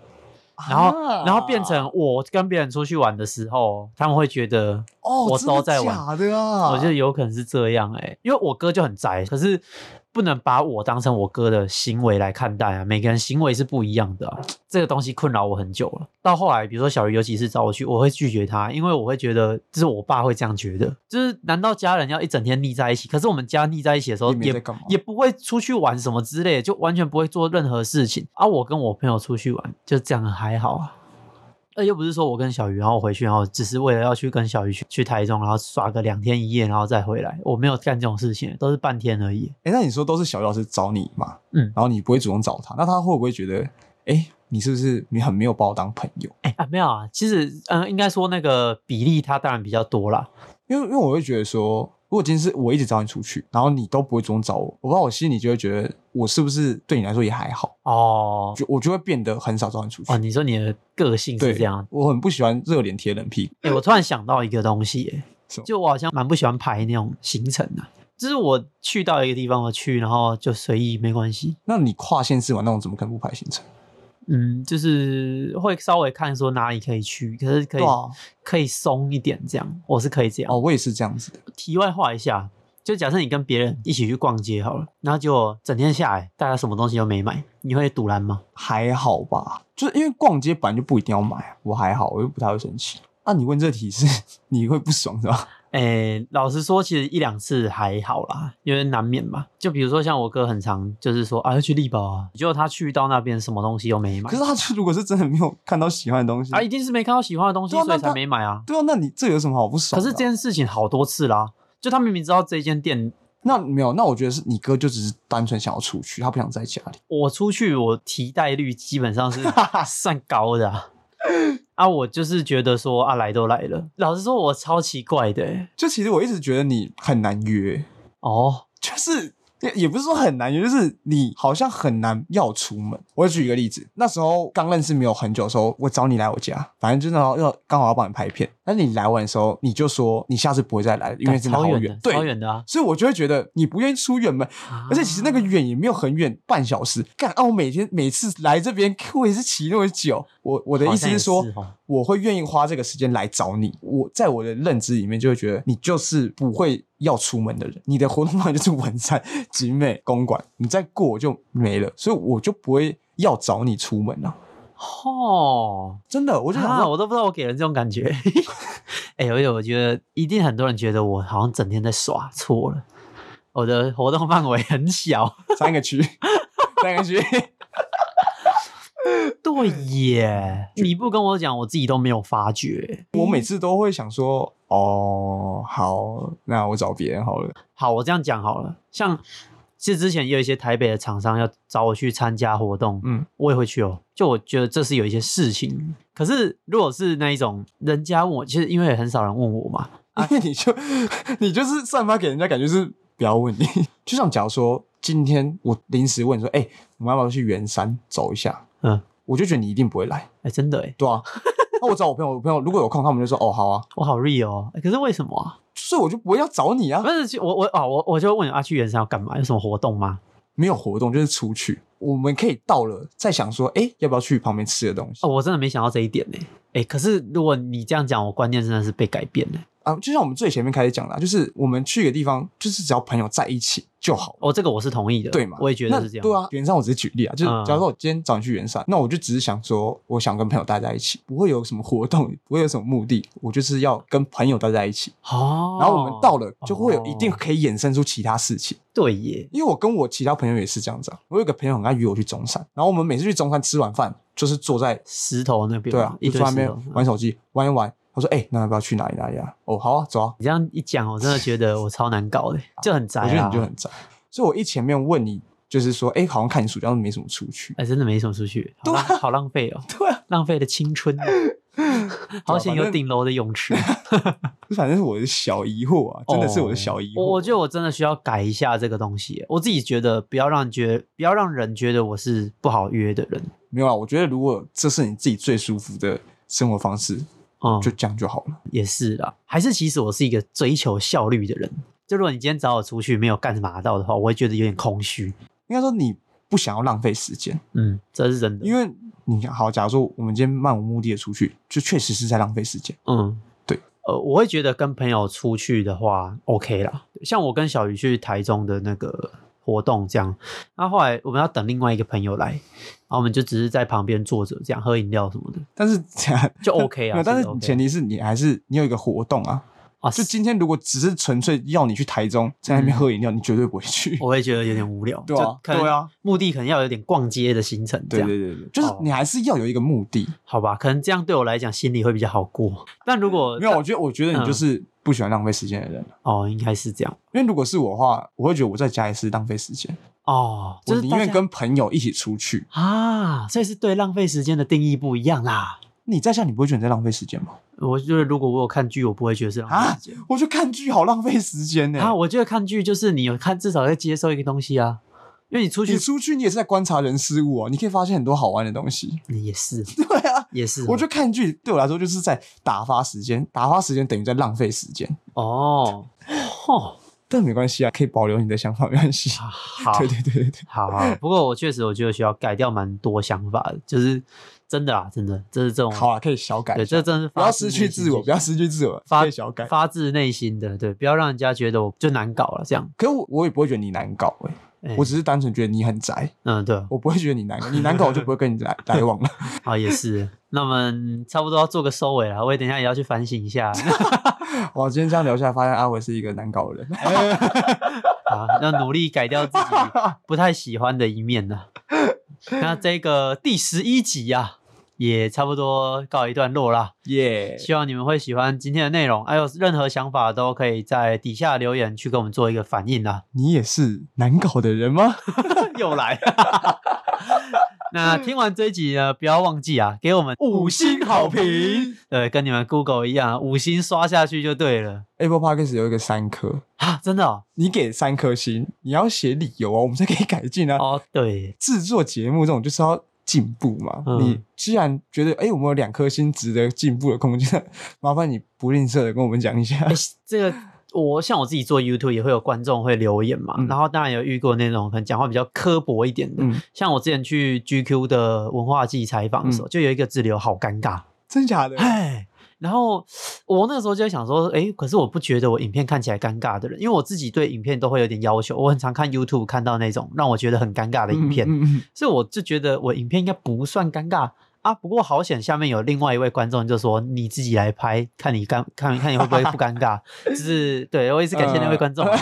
S2: 然后、
S1: 啊
S2: 然后变成我跟别人出去玩的时候，他们会觉得
S1: 哦，
S2: 我
S1: 真的
S2: 都在玩
S1: 假的啊！
S2: 我觉得有可能是这样哎、因为我哥就很宅，可是不能把我当成我哥的行为来看待啊。每个人行为是不一样的、啊，这个东西困扰我很久了。到后来，比如说小鱼，尤其是找我去，我会拒绝他，因为我会觉得，就是我爸会这样觉得，就是难道家人要一整天腻在一起？可是我们家腻在一起的时候
S1: 你们
S2: 也
S1: 在干嘛
S2: 也不会出去玩什么之类的，就完全不会做任何事情啊。我跟我朋友出去玩，就这样还好啊。呃，又不是说我跟小鱼，然后回去，然后只是为了要去跟小鱼去去台中，然后耍个两天一夜，然后再回来。我没有干这种事情，都是半天而已。
S1: 哎、那你说都是小鱼老师找你嘛？
S2: 嗯
S1: 然后你不会主动找他，那他会不会觉得，哎、你是不是你很没有把我当朋友？
S2: 哎啊，没有啊，其实嗯、呃应该说那个比例它当然比较多啦。
S1: 因为因为我会觉得说，如果今天是我一直找你出去，然后你都不会主动找我，我不知道我心里就会觉得，我是不是对你来说也还好？
S2: 哦
S1: 就我就会变得很少找你出去。
S2: 哦，你说你的个性
S1: 对
S2: 是这样？
S1: 我很不喜欢热脸贴冷屁股。
S2: 哎、我突然想到一个东西、欸，
S1: 什么
S2: 就我好像蛮不喜欢排那种行程的、就是我去到一个地方，我去，然后就随意，没关系。
S1: 那你跨县市玩那种怎么可能不排行程？
S2: 嗯，就是会稍微看说哪里可以去，可是可以、
S1: 对啊，
S2: 可以松一点，这样我是可以这样。
S1: 哦，我也是这样子的。
S2: 题外话一下，就假设你跟别人一起去逛街好了，然后就整天下来，大家什么东西都没买，你会堵拦吗？
S1: 还好吧，就是因为逛街本来就不一定要买啊，我还好，我又不太会生气。那、你问这题是 你会不爽是吧？
S2: 诶，老实说，其实一两次还好啦，因为难免嘛。就比如说像我哥很常就是说啊要去力宝啊，结果他去到那边什么东西都没买，
S1: 可是他就如果是真的没有看到喜欢的东西，
S2: 啊一定是没看到喜欢的东西，
S1: 对啊
S2: 所以
S1: 那他
S2: 才没买啊。
S1: 对啊，那你这有什么好不
S2: 可
S1: 爽的
S2: 是
S1: 啊？
S2: 这件事情好多次啦，就他明明知道这间店
S1: 那没有，那我觉得是你哥就只是单纯想要出去，他不想在家里。
S2: 我出去，我提贷率基本 上是算高的啊。啊，我就是觉得说啊，来都来了，老实说，我超奇怪的欸
S1: 就其实我一直觉得你很难约，
S2: 哦。
S1: 就是也也不是说很难约，就是你好像很难要出门。我举一个例子，那时候刚认识没有很久的时候，我找你来我家，反正就那时候要刚好要帮你拍片，但是你来完的时候，你就说你下次不会再来了，因为真的
S2: 超
S1: 好
S2: 的，
S1: 对
S2: 超。远啊的啊！
S1: 所以我就会觉得你不愿意出远门，而且其实那个远也没有很远，半小时。干啊！我每天每次来这边，我也是骑那么久。我我的意思
S2: 好像也
S1: 是说，
S2: 是哦
S1: 我会愿意花这个时间来找你。我在我的认知里面就会觉得你就是不会要出门的人，你的活动范围就是文山、集美、公馆，你再过我就没了，所以我就不会要找你出门了、
S2: 哦，
S1: 真的，我
S2: 我
S1: 就想
S2: 啊，
S1: 说，
S2: 我都不知道我给人这种 感觉。哎、而且我觉得一定很多人觉得我好像整天在耍，错了，我的活动范围很小。
S1: 三个区，三个区，
S2: 对耶，你不跟我讲，我自己都没有发觉。
S1: 我每次都会想说，哦，好，那我找别人好了。
S2: 好，我这样讲好了，像其实之前也有一些台北的厂商要找我去参加活动，
S1: 嗯，
S2: 我也会去哦。就我觉得这是有一些事情，可是如果是那一种人家问我，其实因为也很少人问我嘛，
S1: 因为你就 你就是散发给人家感觉是不要问你，就像假如说今天我临时问说，哎、我们要不要去圆山走一下？
S2: 嗯，
S1: 我就觉得你一定不会来，
S2: 哎、真的哎，
S1: 对啊。那我找我朋友，我朋友如果有空，他们就说哦好啊，
S2: 我好 real 哦、哎可是为什么啊？
S1: 所以我就不会要找你啊
S2: 不。是就我我哦我我就问啊，去圆山要干嘛？有什么活动吗？
S1: 没有活动就是出去，我们可以到了再想说，哎、要不要去旁边吃的东西
S2: 哦，我真的没想到这一点呢。哎、可是如果你这样讲，我观念真的是被改变了。
S1: 啊？就像我们最前面开始讲的啊、就是我们去一个地方，就是只要朋友在一起就好。
S2: 哦，这个我是同意的，
S1: 对嘛？
S2: 我也觉
S1: 那
S2: 得是这样。
S1: 对啊，圆山我只是举例啊，就是
S2: 嗯
S1: 假如说我今天找你去圆山，那我就只是想说，我想跟朋友待在一起，不会有什么活动，不会有什么目的，我就是要跟朋友待在一起。
S2: 哦，
S1: 然后我们到了，就会有
S2: 哦
S1: 一定可以衍生出其他事情。
S2: 对耶，
S1: 因为我跟我其他朋友也是这样子啊，我有一个朋友很爱约我去中山，然后我们每次去中山吃完饭，就是坐在
S2: 石头那边
S1: 对啊，
S2: 一
S1: 就
S2: 堆
S1: 坐在那
S2: 石头。
S1: 边玩手机，玩一玩。他说：“哎、那要不要去哪里哪里啊？哦，好啊，走啊。
S2: 你这样一讲，我真的觉得我超难搞的，就很宅、啊。
S1: 我觉得你就很宅，所以我一前面问你，就是说，哎、好像看你暑假都没什么出去，
S2: 哎、真的没什么出去，好
S1: 啊
S2: 浪、好浪费哦，
S1: 对啊，
S2: 浪费了青春。 好险
S1: 反
S2: 有
S1: 正
S2: 顶楼的泳池，
S1: 反正是我的小疑惑啊，真的是我的小疑惑。
S2: 哦我我觉得我真的需要改一下这个东西。我自己觉得不要让觉不要让人觉得我是不好约的人。
S1: 没有啊，我觉得如果这是你自己最舒服的生活方式，
S2: 嗯，
S1: 就这样就好了。
S2: 也是啦，还是其实我是一个追求效率的人。就如果你今天找我出去没有干嘛到的话，我会觉得有点空虚。
S1: 应该说你不想要浪费时间，
S2: 嗯，这是真的。
S1: 因为你好，假如说我们今天漫无目的的出去，就确实是在浪费时间。
S2: 嗯，
S1: 对，
S2: 呃，我会觉得跟朋友出去的话，OK 啦。像我跟小鱼去台中的那个活动这样，那后来我们要等另外一个朋友来，然后我们就只是在旁边坐着这样喝饮料什么的，
S1: 但是这样
S2: 就 OK
S1: 没
S2: 啊。
S1: 有，但
S2: 这
S1: 是
S2: OK
S1: 前提是你还是你有一个活动啊。
S2: 啊，
S1: 就是今天如果只是纯粹要你去台中，在那边喝饮料，你绝对不会去。
S2: 我会觉得有点无聊。
S1: 对啊
S2: 就可能
S1: 对啊，
S2: 目的可能要有点逛街的行程这
S1: 对
S2: 样，哦
S1: 对对对，就是你还是要有一个目的。
S2: 好吧？可能这样对我来讲心里会比较好过。呃但嗯如果
S1: 没有，我觉得我觉得你就是不喜欢浪费时间的人。
S2: 哦，应该是这样
S1: 因为如果是我的话，我会觉得我在家也是浪费时间，
S2: 哦，
S1: 我
S2: 就是
S1: 宁
S2: 大
S1: 愿
S2: 家
S1: 跟朋友一起出去。
S2: 啊，所以是对浪费时间的定义不一样啦。
S1: 你在家你不会觉得你在浪费时间吗？
S2: 我觉得如果我有看剧，我不会觉得是浪费时间。
S1: 我觉得看剧好浪费时间呢、
S2: 啊，我觉得看剧就是你有看，至少在接受一个东西啊。因为你出去
S1: 你，出去你也是在观察人事物哦、你可以发现很多好玩的东西。
S2: 你也是，
S1: 对啊，
S2: 也是哦。
S1: 我觉得看剧对我来说就是在打发时间，打发时间等于在浪费时间。
S2: 哦，哦，
S1: 但没关系啊，可以保留你的想法，没关系。
S2: 好，
S1: 对对对对对，
S2: 好好。不过我确实，我觉得需要改掉蛮多想法的，就是真的啦，真的，这是这种，
S1: 好啊，可以小改一
S2: 对，
S1: 下，
S2: 这真的是
S1: 不
S2: 发
S1: 要
S2: 自
S1: 失
S2: 内
S1: 去
S2: 心
S1: 自
S2: 去
S1: 我，不要失去自我，
S2: 发
S1: 可以小改。
S2: 发自内心的，对，不要让人家觉得我就难搞了这样。
S1: 可是我我也不会觉得你难搞哎、
S2: 哎
S1: 我只是单纯觉得你很宅，
S2: 嗯，对，
S1: 我不会觉得你难搞，你难搞我就不会跟你 来来往了。
S2: 啊，也是。那么差不多要做个收尾了，我也等一下也要去反省一 下。
S1: 哇，今天这样聊下来，发现阿伟是一个难搞 的人。
S2: 啊，要努力改掉自己不太喜欢的一面呢、那这个第十一集呀、也差不多告一段落啦。
S1: 耶
S2: 希望你们会喜欢今天的内容，还有任何想法都可以在底下留言去跟我们做一个反应啊啦。
S1: 你也是难搞的人吗？
S2: 又来。 那听完这一集呢，不要忘记啊，给我们 五星好评。对，跟你们 Google 一样，五星刷下去就对了
S1: Apple Podcast 有一个三颗，
S2: 啊！真的哦，
S1: 你给三颗星，你要写理由啊，我们才可以改进啊。
S2: 哦对，
S1: 制作节目这种就是要进步嘛。
S2: 嗯
S1: 你既然觉得哎、诶我们有两颗星值得进步的空间， 麻烦你不吝啬的跟我们讲一
S2: 哎
S1: 下。
S2: 这个我像我自己做 YouTube 也会有观众会留言嘛，
S1: 嗯
S2: 然后当然有遇过那种可能讲话比较刻薄一点的，
S1: 嗯，
S2: 像我之前去 GQ 的文化季采访的时候，就有一个自留好尴尬，
S1: 真假 的？
S2: 哎。然后我那个时候就在想说，哎，可是我不觉得我影片看起来尴尬的人，因为我自己对影片都会有点要求，我很常看 YouTube 看到那种让我觉得很尴尬的影片，
S1: 嗯嗯嗯
S2: 所以我就觉得我影片应该不算尴尬啊。不过好险，下面有另外一位观众就说你自己来拍，看你尴看看你会不会不尴 尬。就是对我也是感谢那位观众啊、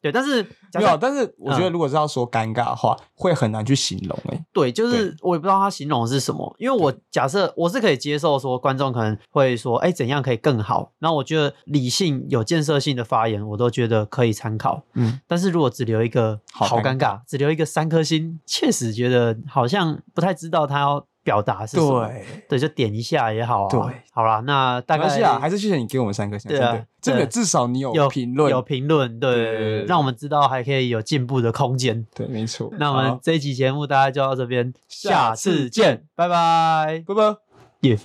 S2: 对，但是
S1: 没
S2: 假设
S1: 有，但是我觉
S2: 嗯
S1: 得如果是要说尴尬的话，会很难去形容哎、欸
S2: 对，就是我也不知道他形容的是什么，因为我假设我是可以接受说观众可能会说，哎，怎样可以更好？然后我觉得理性有建设性的发言，我都觉得可以参考。
S1: 嗯，
S2: 但是如果只留一个
S1: 好
S2: 好
S1: 尴
S2: 尴尬，只留一个三颗星，确实觉得好像不太知道他要表达是什么。
S1: 对。
S2: 对，就点一下也好啊。
S1: 对，
S2: 好啦，那大
S1: 没
S2: 概
S1: 关系啊，还是谢谢你给我们三颗星，
S2: 对
S1: 真
S2: 啊
S1: 的，真
S2: 对
S1: 的，
S2: 啊
S1: 至少你有
S2: 有
S1: 评论，
S2: 有评论，对
S1: 对对对对
S2: 让我们知道还可以有进步的空间。
S1: 对，没错。
S2: 那我们
S1: 好
S2: 这一期节目大家就到这边，
S1: 下次见，
S2: 拜拜。
S1: 拜拜。
S2: 耶、